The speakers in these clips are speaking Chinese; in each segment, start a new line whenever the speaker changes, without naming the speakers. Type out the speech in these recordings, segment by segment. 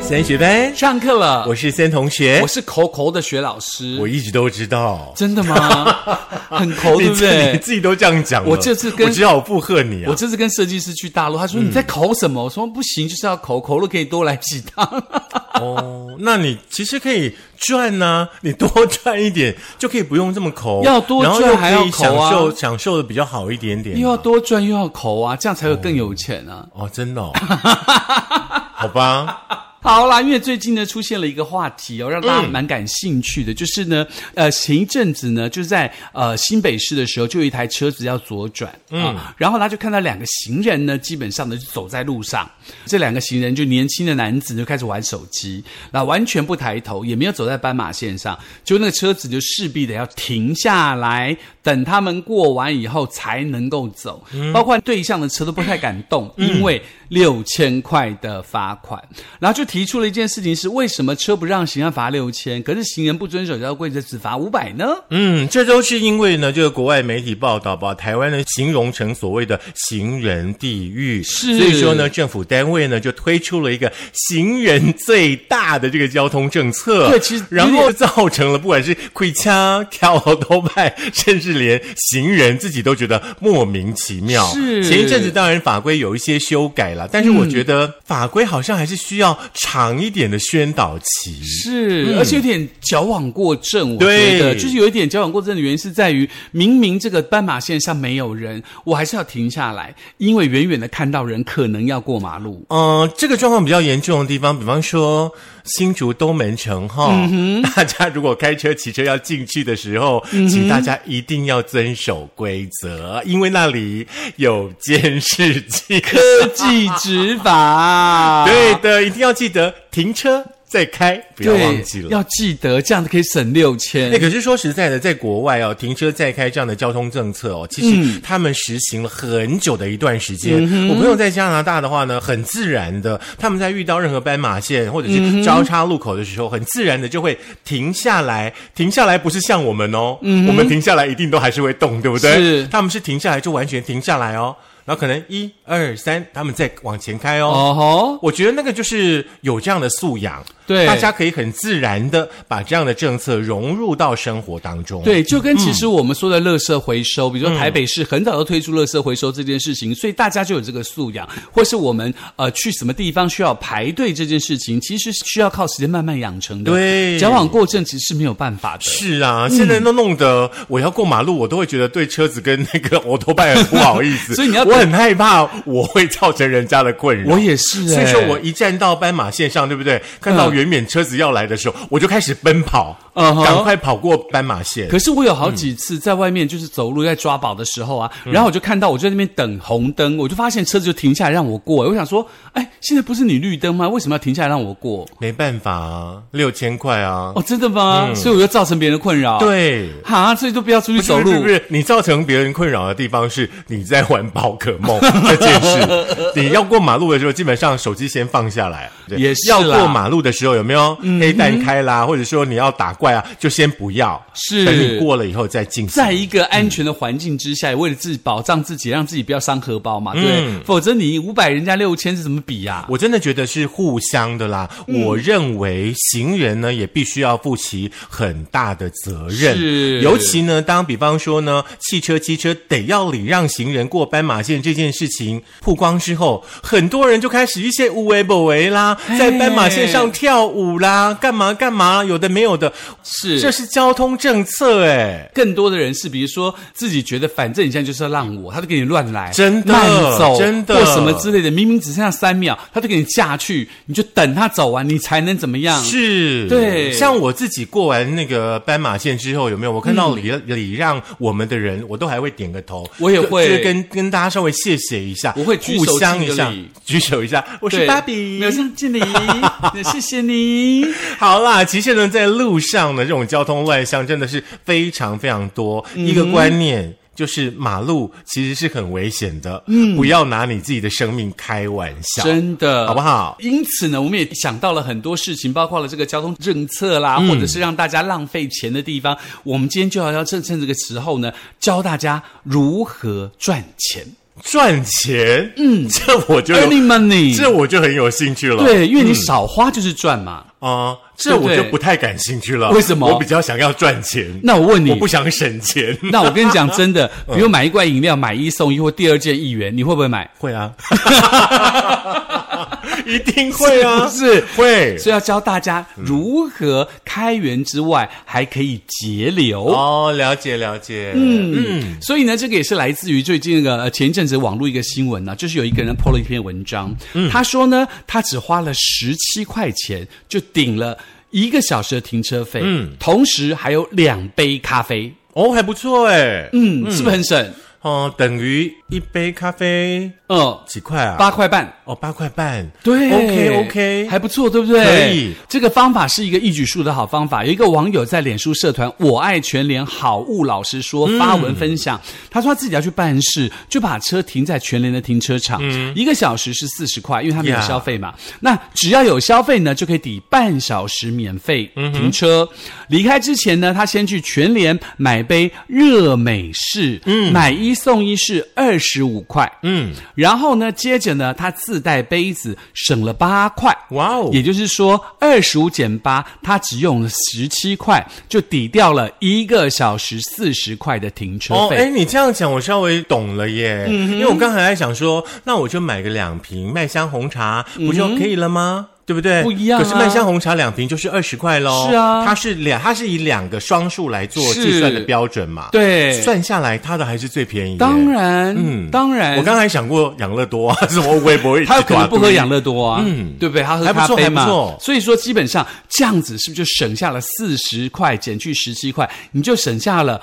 三学班，
上课了，
我是三同学，
我是口口的学老师，
我一直都知道，
真的 吗？很口，哦对
你
不
自你
对？
自己都这样讲了，
我这次跟
我只好附和你啊
我。这次跟设计师去大陆，他
嗯
说你在口什么？我说不行，就是要口口了，可以多来几趟。
哦，那你其实可以赚呐、你多赚一点 就可以不用这么抠，
要多
然后
赚
又
还
可
要
以
抠
享
啊
受享受的比较好一点点、
又要多赚又要口啊，这样才会更有钱啊。
哦，真的、哦，好吧，
好啦，因为最近呢出现了一个话题哦，让大家蛮感兴趣的，就是呢，呃，前一阵子呢，就是在呃新北市的时候，就有一台车子要左转，嗯、然后他就看到两个行人呢，基本上呢就走在路上，这两个行人就年轻的男子就开始玩手机，那完全不抬头，也没有走在斑马线上，就那个车子就势必得要停下来，等他们过完以后才能够走，
嗯
包括对向的车都不太敢动，因为六千块的罚款。然后就提出了一件事情是：为什么车不让行要罚六千，可是行人不遵守交通规则只罚五百呢？
嗯，这都是因为呢，这个国外媒体报道把台湾呢形容成所谓的行人地狱，
是
所以说呢，政府单位呢就推出了一个行人最大的这个交通政策，
对其实有点
然后造成了不管是跪枪、跳楼偷派，甚至连行人自己都觉得莫名其妙。
是嗯
前一阵子当然法规有一些修改了，但是我觉得法规好像还是需要长一点的宣导期。
是，而且有点矫枉过正，我
嗯对
觉得就是有一点矫枉过正的原因是在于，明明这个斑马线上没有人，我还是要停下来，因为远远的看到人可能要过马路。
嗯、这个状况比较严重的地方，比方说新竹东门城哈，大家如果开车、骑车要进去的时候，请大家一定要遵守规则，因为那里有监视器。
科技执 法，
对的，一定要记得停车再开，不要
对
忘记了。
要记得，这样可以省六千
哎，。可是说实在的，在国外哦，停车再开这样的交通政策哦，其实他们实行了很久的一段时间。我朋友在加拿大的话呢，很自然的，他们在遇到任何斑马线或者是交叉路口的时候，很自然的就会停下来。停下来不是像我们哦，我们停下来一定都还是会动，对不对？
是
他们是停下来就完全停下来哦，然后可能一二三，他们再往前开哦
哦吼，
我觉得那个就是有这样的素养，
对
大家可以很自然的把这样的政策融入到生活当中。，
对，就跟
嗯
其实我们说的垃圾回收，比如说台北市很早就推出垃圾回收这件事情，所以大家就有这个素养，或是我们呃去什么地方需要排队这件事情，其实是需要靠时间慢慢养成的。
对
矫枉过正其实是没有办法的。
是啊，现在都弄得我要过马路，我都会觉得对车子跟那个 我头拜很不好意思，
所以你要
我很害怕我会造成人家的困扰。
我也是、欸，
所以说我一站到斑马线上，对不对？看到
嗯
远远车子要来的时候，我就开始奔跑，
嗯哼
赶快跑过斑马线。
可是我有好几次在外面就是走路在抓宝的时候啊，
嗯
然后我就看到我就在那边等红灯，我就发现车子就停下来让我过。我想说，哎，现在不是你绿灯吗？为什么要停下来让我过？
没办法啊，六千块啊，
哦，真的吗？所以我就造成别人的困扰。，
对。
哈，所以就不要出去
不是
走路。
不是不是，你造成别人困扰的地方是你在玩宝可梦 这件事。你要过马路的时候，基本上手机先放下来。对
也是啦嗯
要过马路的时候，有没有黑蛋开啦，或者说你要打怪啊，就先不要，
是
等你过了以后再进行。
在一个安全的环境之下，也为了自己保障自己，让自己不要伤荷包嘛，对不对？
嗯
否则你五百，人家六千是怎么比啊呀、
我真的觉得是互相的啦。
嗯
我认为行人呢也必须要负起很大的责任，
是
尤其呢，当比方说呢，汽车、机车得要礼让行人过斑马线这件事情曝光之后，很多人就开始一些无为不为啦，
哎
在斑马线上跳舞啦，干嘛干嘛，有的没有的，
是
这是交通政策哎、
更多的人是，比如说自己觉得反正你现在就是要让我，他就给你乱来，
真的
慢走，
真的
或什么之类的，明明只剩下三秒，他就给你架去，你就等他走完，你才能怎么样？
是，
对
像我自己过完那个斑马线之后，有没有我看到礼、礼让我们的人，我都还会点个头，
嗯我也
就
会
就是跟跟大家稍微谢谢一下，
我会举
互
手
相
敬
一
个
下
礼，
举手一下，我
对，
是芭比，
没有像 敬礼，谢谢你。
好啦，其实呢，在路上呢，这种交通乱象真的是非常非常多。
嗯
一个观念就是马路其实是很危险的，嗯，不要拿你自己的生命开玩笑，
真的，
好不好？
因此呢，我们也想到了很多事情，包括了这个交通政策啦，
嗯
或者是让大家浪费钱的地方。我们今天就要要趁趁这个时候呢，教大家如何赚钱。
赚钱，嗯，这我就有
earning money，
这我就很有兴趣了。嗯
对，因为你少花就是赚嘛。
啊，这我就不太感兴趣了。
为什么
我比较想要赚钱，
那我问你
我，不嗯想省钱。
那我跟你讲真 的，比如买一罐饮料买一送一或第二件一元，你会不会买？
会啊， 一定会啊，
是不是
会
所以要教大家如何开源之外，还可以节流。
哦，了解了解，嗯嗯，
所以呢，这个也是来自于最近那个呃前一阵子网络一个新闻呢、就是有一个人 PO 了一篇文章，
嗯
他说呢，他只花了十七块钱就顶了一个小时的停车费，嗯，同时还有两杯咖啡，
哦，还不错哎，
嗯，是不是很省？
哦，等于一杯咖啡
嗯，
几块啊？
八块半。
哦，八块半，
对
，OK OK，
还不错，对不对？
可以，
这个方法是一个一举数得好方法。有一个网友在脸书社团“我爱全联好物老师说”发文分享，他说他自己要去办事，就把车停在全联的停车场，一个小时是四十块，因为他没有
呀
消费嘛。那只要有消费呢，就可以抵半小时免费停车。离开之前呢，他先去全联买杯热美式，买一送一是二十五块，
嗯，
然后呢，接着呢，他自带杯子，省了八块。
哇哦，
也就是说，二十五减八，他只用了十七块，就抵掉了一个小时四十块的停车
哦，哎，
费。嗯
你这样讲我稍微懂了耶，因为我刚才在想说，那我就买个两瓶麦香红茶，不就可以了吗？对不对？
嗯不一样啊
可是麦香红茶两瓶就是二十块喽。
是啊
它是两，它是以两个双数来做
是
计算的标准嘛。，
对，
算下来它的还是最便宜。
当。然，嗯，当然，
我刚才想过养乐多啊， 什么微博一直
他有可能
大堆
不喝养乐多啊，
嗯
对不对？他喝
还不
咖
错
啡嘛
还不错，
所以说基本上这样子是不是就省下了四十块，减去十七块，你就省下了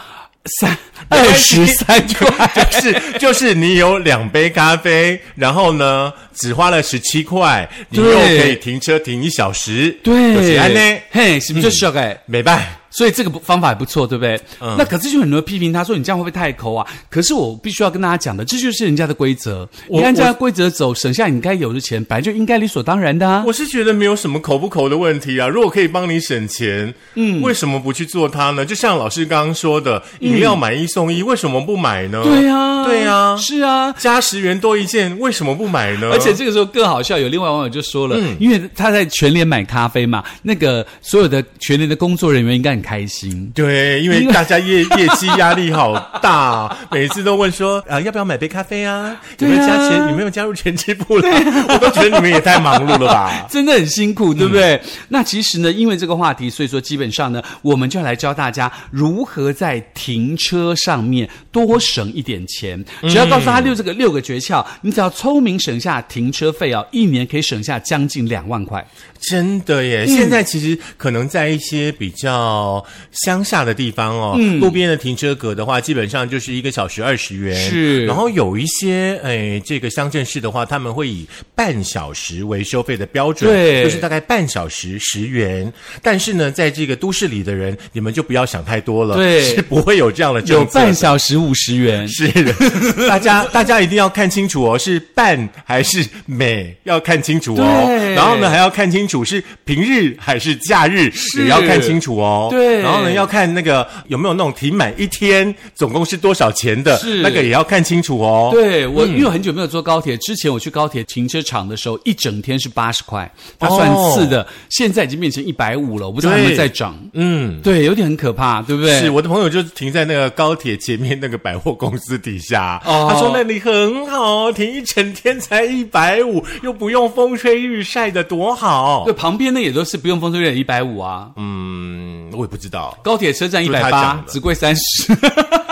三二十三 块。
就是就是你有两杯咖啡，然后呢只花了十七块，你
对
又可以停车停一小时，
对，
就是安呢，
嘿，是不是就小哎、
没办。
所以这个不方法也不错，对不对？
嗯
那可是就很多人批评他说你这样会不会太抠啊？可是我必须要跟大家讲的，这就是人家的规则，你
我
按照他规则走，省下你该有的钱，本来就应该理所当然的啊。
我是觉得没有什么口不口的问题啊。如果可以帮你省钱，嗯，为什么不去做它呢？就像老师刚刚说的，饮料买一送一，为什么不买呢？
嗯对啊，
对啊，
是啊，
加十元多一件，为什么不买呢？
而且这个时候更好笑，有另外网友就说了，
嗯
因为他在全联买咖啡嘛，那个所有的全联的工作人员应该很开心。
对，因为大家 业业绩压力好大，每次都问说啊，要不要买杯咖啡啊？有没有
对啊？
加钱？有没有加入全职部啦？我都觉得你们也太忙碌了吧
真的很辛苦，
嗯
对不对？那其实呢，因为这个话题，所以说基本上呢，我们就来教大家如何在停车上面多省一点钱。
嗯
只要告诉他六这个六个诀窍，你只要聪明省下停车费哦，一年可以省下将近两万块。
真的耶！
嗯
现在其实可能在一些比较乡下的地方哦，
嗯
路边的停车格的话，基本上就是一个小时二十元。
是
然后有一些诶、这个乡镇市的话，他们会以半小时为收费的标准，
对
就是大概半小时十元。但是呢，在这个都市里的人，你们就不要想太多了，
对
是不会有这样的政
有
策的
半小时五十元，
是的， 大家大家一定要看清楚哦，是半还是美，要看清楚哦
对。
然后呢，还要看清楚是平日还是假日，也要看清楚哦。
对
然后呢，要看那个有没有那种停满一天总共是多少钱的
是，
那个也要看清楚哦。
对我，因为我很久没有坐高铁，之前我去高铁停车场的时候，一整天是八十块，它算次的，现在已经变成一百五了，我不知道有没有
哦对
在涨。
嗯。
对，有点很可怕，对不对？
是我的朋友就停在那个高铁前面那个百货公司底下，
哦
他说那里很好，停一整天才一百五，又不用风吹日晒的，多好
对，。旁边的也都是不用风吹日一百五啊，
哦嗯，我也不知道。
高铁车站一
就是他
百
讲
八
的，
只贵三十。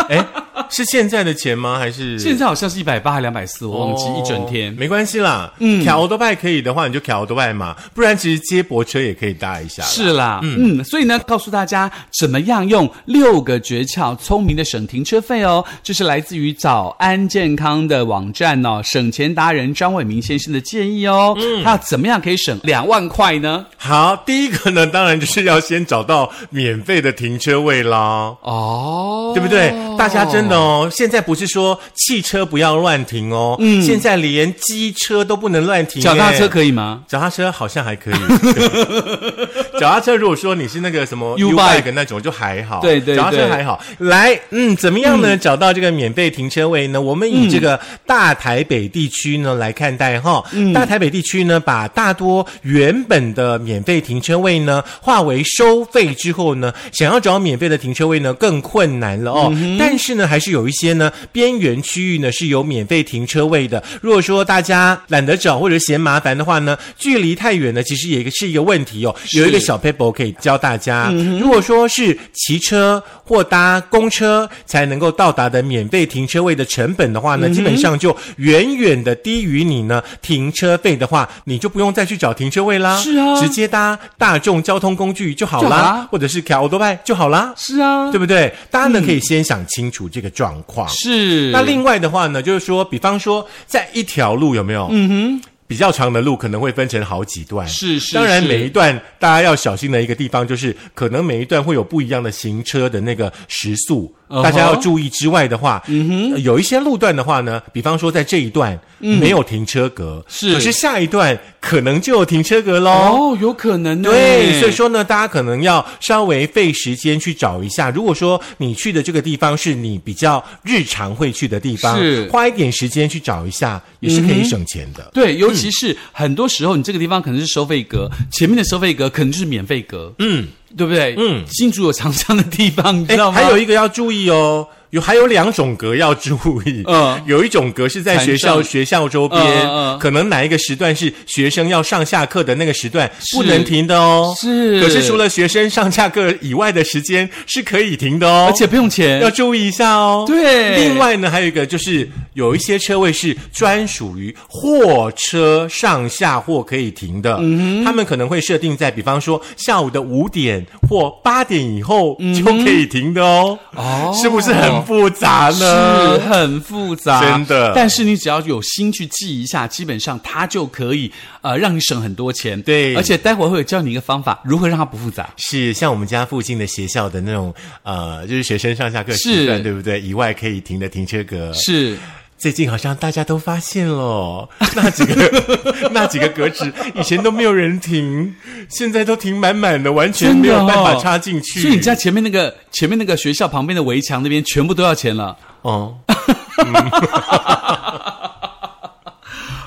哎，是现在的钱吗？还是
现在好像是一百八还两百四，我忘记
哦
一整天。
没关系啦，嗯，调多拜可以的话，你就调多拜嘛，不然其实接驳车也可以搭一下啦。
是啦，嗯所以呢，告诉大家怎么样用六个诀窍聪明的省停车费哦，这是来自于早安健康的网站哦，省钱达人张伟明先生的建议哦。嗯，那怎么样可以省两万块呢？
好，第一个呢，当然就是要先找到免费的停车位啦。
哦，
对不对？大家真的的哦，现在不是说汽车不要乱停哦，嗯，现在连机车都不能乱停，
脚踏车可以吗？
脚踏车好像 还可以。 脚踏车如果说你是那个什么
U
bike 那种，就还好。
对对对
脚踏车还好。来，嗯，怎么样呢？找到这个免费停车位呢？我们以这个大台北地区呢来看待哈。大台北地区呢，把大多原本的免费停车位呢化为收费之后呢，想要找免费的停车位呢更困难了哦。但是呢，还是有一些呢边缘区域呢是有免费停车位的。如果说大家懒得找或者嫌麻烦的话呢，距离太远呢，其实也是一个问题哦。有一个
是
小。小 paper 可以教大家，
嗯
如果说是骑车或搭公车才能够到达的免费停车位的成本的
嗯
话呢，基本上就远远的低于你呢停车费的话，你就不用再去找停车位啦，
是啊
直接搭大众交通工具就好
就好
啦
啦，
或者是开 o d o b i 就好啦，
是啊，
对不对？大家呢可以先想清楚这个状况。
是。
那另外的话呢，就是说，比方说，在一条路有没有？嗯哼。比较长的路可能会分成好几段，
是是
当然，
是
每一段大家要小心的一个地方就是，可能每一段会有不一样的行车的那个时速，
嗯哼
大家要注意。之外的话，嗯哼，有一些路段的话呢，比方说在这一段、没有停车格，
嗯是
可是下一段可能就有停车格喽。
哦，哎有可能呢
对，所以说呢，大家可能要稍微费时间去找一下。如果说你去的这个地方是你比较日常会去的地方，
是嗯
花一点时间去找一下，也是可以省钱的。
对，尤其是很多时候，你这个地方可能是收费格，前面的收费格可能就是免费格，
嗯，
对不对？
嗯
新竹有常常的地方，你知
哎、
道吗？
还有一个要注意哦。有还有两种格要注意，
嗯
有一种格是在学校
残障
学校周边，
嗯嗯嗯
可能哪一个时段是学生要上下课的那个时段
是
不能停的哦。
是
可是除了学生上下课以外的时间是可以停的哦，
而且不用钱
要，注意一下哦。
对
另外呢，还有一个就是有一些车位是专属于货车上下货可以停的，嗯、他们可能会设定在比方说下午的五点或八点以后就可以停的哦。
嗯 哦
是不是很复杂
是
呢？
很复杂，
真的
但是你只要有心去记一下，基本上它就可以呃让你省很多钱。
对哦
而且待会儿会有教你一个方法，如何让它不复杂。
是像我们家附近的学校的那种呃，就是学生上下课时段，
是
对不对？以外可以停的停车格，
是，
最近好像大家都发现了，那几个 那几个格子以前都没有人停，现在都停满满的，完全没有办法插进去。
哦所以你家前面那个前面那个学校旁边的围墙那边全部都要钱了。
哦，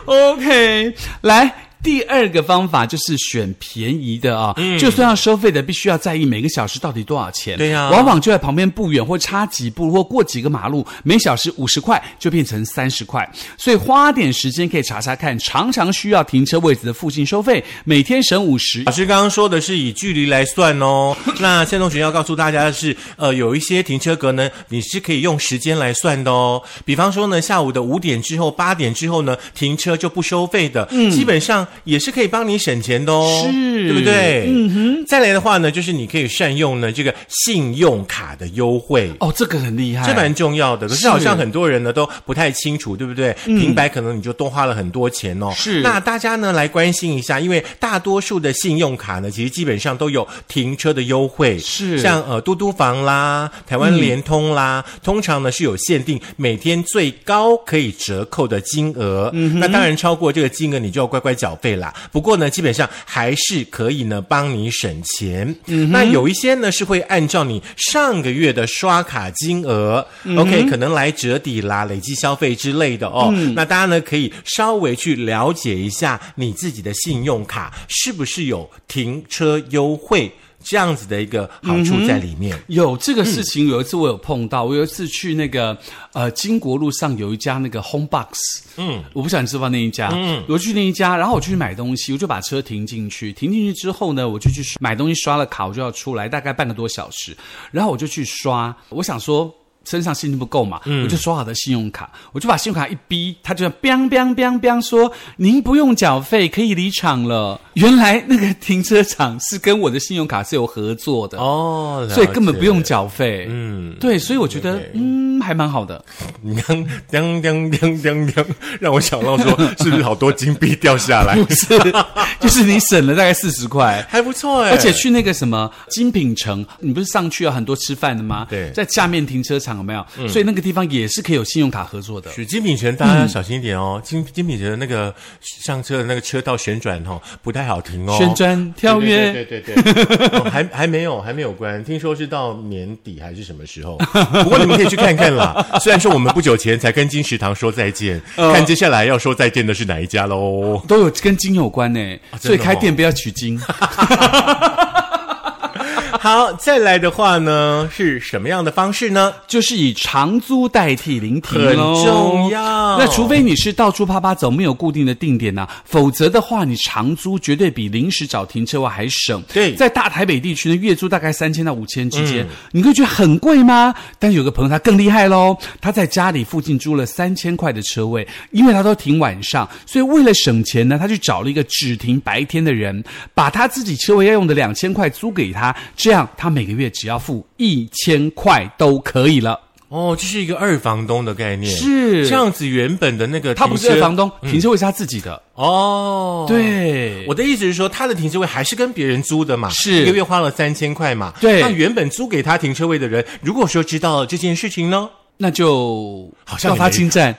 OK，来。第二个方法就是选便宜的啊，就算要收费的，必须要在意每个小时到底多少钱。
嗯对呀
往往就在旁边不远，或差几步，或过几个马路，每小时五十块就变成三十块。所以花点时间可以查查看，常常需要停车位置的附近收费，每天省五十
老。师刚刚说的是以距离来算 哦。那谢同学要告诉大家的是，呃，有一些停车格呢，你是可以用时间来算的哦。比方说呢，下午的五点之后、八点之后呢，停车就不收费的，基本上也是可以帮你省钱的哦，
是
对不对？嗯哼。再来的话呢，就是你可以善用呢这个信用卡的优惠。
哦，这个很厉害，
这蛮重要的，可是
是嗯
好像很多人呢都不太清楚，对不对？平白可能你就多花了很多钱哦。
是
那大家呢来关心一下，因为大多数的信用卡呢，其实基本上都有停车的优惠，
是
像呃嘟嘟房啦、台湾联通啦，通常呢是有限定，每天最高可以折扣的金额。嗯，那当然超过这个金额，你就要乖乖缴费啦。不过呢，基本上还是可以呢帮你省钱。嗯，那有一些呢是会按照你上个月的刷卡金额、o k 可能来折抵啦、累积消费之类的哦。那大家呢可以稍微去了解一下你自己的信用卡是不是有停车优惠。这样子的一个好处在里面。
有这个
嗯
事情，有一次我有碰到，我有一次去那个呃金国路上有一家那个 Home Box，嗯，我不想知道那一家，嗯，我去那一家，然后我去买东西，我就把车停进去，停进去之后呢，我就去买东西，刷了卡，我就要出来，大概半个多小时，然后我就去刷，我想说。身上现金不够嘛，我就刷好的信用卡，我就把信用卡一逼，他就 biang biang biang biang 说您不用缴费，可以离场了。原来那个停车场是跟我的信用卡是有合作的
哦，了
所以根本不用
解。
缴费。
嗯
嗯，对，所以我觉得嗯还蛮好的。
你刚当当当当当，让我想到说，是不是好多金币掉下来？
是，就是你省了大概四十块。
还不错 哎、
而且去那个什么精品城，你不是上去有很多吃饭的吗？
嗯对嗯
在下面停车场有没有？所以那个地方也是可以有信用卡合作的。
取精品前大家要小心一点哦，精精品前的那个上车的那个车道旋转哦不太好停哦，
旋转跳跃，
对对对对对对哦还还没有还没有关，听说是到年底还是什么时候？不过你们可以去看看啦。虽然说我们不久前才跟金石堂说再见，看接下来要说再见的是哪一家喽。
都有跟金有关呢、
啊
所以开
哦
店不要取经。
好，再来的话呢，是什么样的方式呢？
就是以长租代替临停
很
咯
重要
那除非你是到处啪啪走，没有固定的定点呐、否则的话，你长租绝对比临时找停车位还省。
对嗯
在大台北地区呢，月租大概三千到五千之间，你会觉得很贵吗？但有个朋友他更厉害喽，他在家里附近租了三千块的车位，因为他都停晚上，所以为了省钱呢，他去找了一个只停白天的人，把他自己车位要用的两千块租给他，这样他每个月只要付一千块都可以了。
哦，这是一个二房东的概念，
是
这样子。原本的那个
他不是
停
二
车
房东，停车位是他自己的。
嗯哦，。
对，
我的意思是说，他的停车位还是跟别人租的嘛，
是
一个月花了三千块嘛。
对
那原本租给他停车位的人，如果说知道了这件事情 呢，
那就
好像也
告他
没
侵占。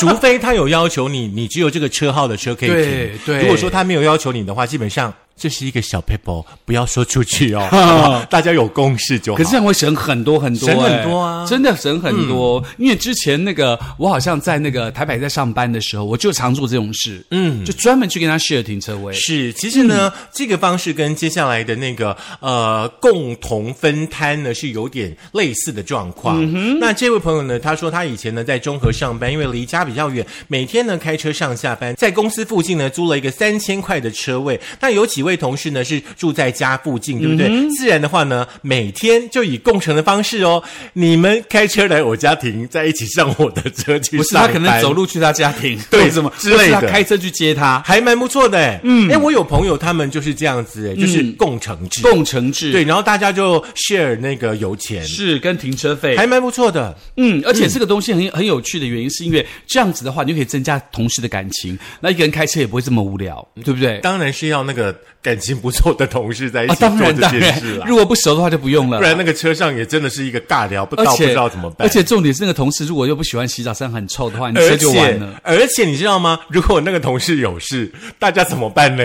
除非他有要求你，你只有这个车号的车可以停。
对对
如果说他没有要求你的话，基本上这是一个小 paper，不要说出去哦，好不 好大家有共识就好。
可是这样会省很多很多、嗯
省很
哎
多啊
真的省很多。因为之前那个我好像在那个台北在上班的时候，我就常做这种事，嗯，就专门去跟他 share 停车位。嗯
是，其实呢，这个方式跟接下来的那个呃共同分摊呢是有点类似的状况。
嗯
那这位朋友呢，他说他以前呢在中和上班，因为离家比较远，每天呢开车上下班，在公司附近呢租了一个三千块的车位。那有几位同事呢是住在家附
嗯
近，对不对？自然的话呢，每天就以共乘的方式哦，你们开车来我家停，再一起上我的车去
不是
上
他
班。
可能走路去他家停，
对
或者什么
之类的
或是他开车去接他，
还蛮不错的哎，嗯，哎，我有朋友他们就是这样子哎，就是共乘制，
嗯共乘制
对，然后大家就 share 那个油钱，
是跟停车费。
还蛮不错的。
嗯，而且这个东西很很有趣的原因，是因为这样子的话，你就可以增加同事的感情。那一个人开车也不会这么无聊，对不对？
当然是要那个感情不错的同事在一
啊，
起做
当然
这
当
件
然
事，啦，
如果不熟的话就不用了
不。然那个车上也真的是一个尬聊，不
而
到不
且
知道怎么办。
而且重点是那个同事如果又不喜欢洗澡，身上很臭的话，你车
而
就完
且
了。
而且你知道吗？如果那个同事有事，大家怎么办呢？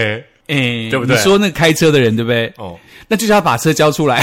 哎，
对不对
你说那个开车的人对不对？
哦，
那就是要把车交出 来。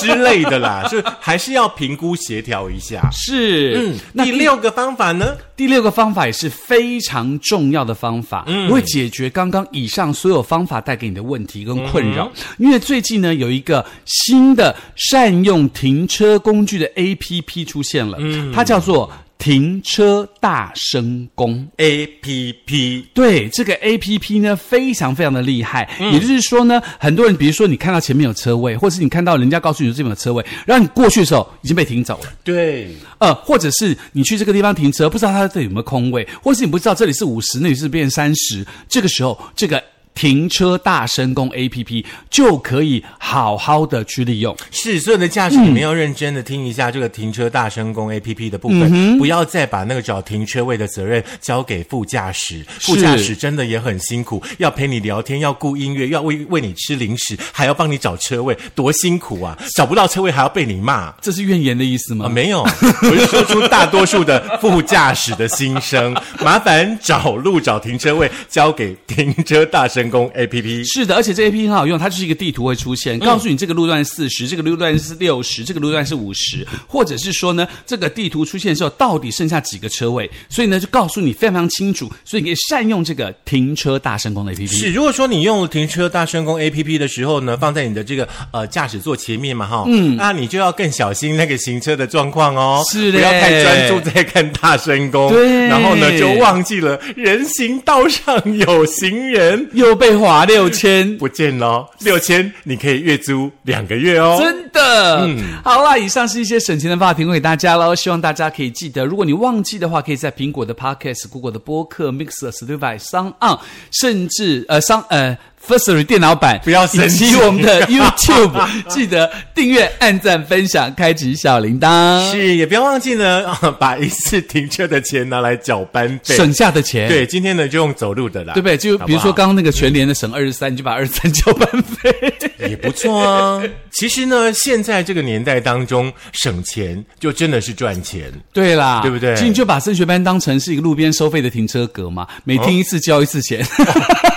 之类的 啦，就还是要评估协调一下。
是，
嗯，
那
第六个方法呢？
第六个方法也是非常重要的方法，
嗯
我会解决刚刚以上所有方法带给你的问题跟困扰。
嗯
因为最近呢，有一个新的善用停车工具的 APP 出现了，
嗯
它叫做停车大声公。
A P P
对这个 A P P 呢，非常非常的厉害。也就是说呢，很多人，比如说你看到前面有车位，或是你看到人家告诉你这边有车位，然后你过去的时候已经被停走了，
对。
呃，或者是你去这个地方停车，不知道它这里有没有空位，或是你不知道这里是五十，那里是变三十，这个时候这个。停车大声公 A P P 就可以好好的去利用，
是，所有的驾驶你们要认真的听一下这个停车大声公 A P P 的部分，不要再把那个找停车位的责任交给副驾驶。副驾驶真的也很辛苦，要陪你聊天，要顾音乐，要喂喂你吃零食，还要帮你找车位，多辛苦啊！找不到车位还要被你骂啊！
这是怨言的意思吗？
没有，我是说出大多数的副驾驶的心声。麻烦找路、找停车位，交给停车大声公 A P P。
是的，而且这 A P P 很好用，它就是一个地图会出现，告诉你这个路段四十、这个路段是六十，这个路段是五十，或者是说呢，这个地图出现的时候到底剩下几个车位，所以呢就告诉你非常非常清楚，所以你可以善用这个停车大声功的 A P P。
是，如果说你用停车大声公 A P P 的时候呢，放在你的这个呃驾驶座前面嘛，哈，嗯，那你就要更小心那个行车的状况哦，
是
不要
嘞
太专注在看大声公，
对
然后呢就忘记了人行道上有行人，
又被划六千。
不见喽，六千你可以月租两个月哦，
真的，
嗯
好啦，以上是一些省钱的方法提供给大家喽，希望大家可以记得。如果你忘记的话，可以在苹果的 Podcast、Google 的播客、Mixer、Spotify、s o n On，甚至呃商呃 Firstory 电脑版，
不要生
以
气
及我 们的 YouTube，记得订阅、按赞、分享、开启小铃铛，
是，也不要忘记呢， 啊把一次停车的钱拿来缴班费，
省下的钱，
对，今天呢就用走路的啦，
对不对？就
好不好
比如说刚刚那个全联的省二十三，你就把二十三交班费。
也不错啊。其实呢，现在这个年代当中，省钱就真的是赚钱。
对啦，
对不对
其实你就把升学班当成是一个路边收费的停车格嘛，每
哦
听一次交一次钱。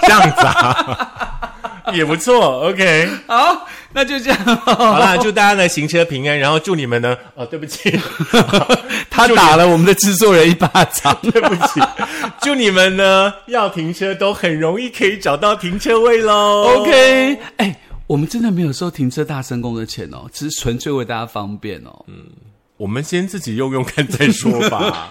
这样子啊， 也不错。OK，
好，那就这样、
好啦，祝大家呢行车平安，然后祝你们呢，哦，对不起，
他打了我们的制作人一巴 掌。
对不起，祝你们呢要停车都很容易可以找到停车位喽。
OK，哎、我们真的没有收停车大声公的钱哦，只是纯粹为大家方便哦。
我们先自己用用看再说吧。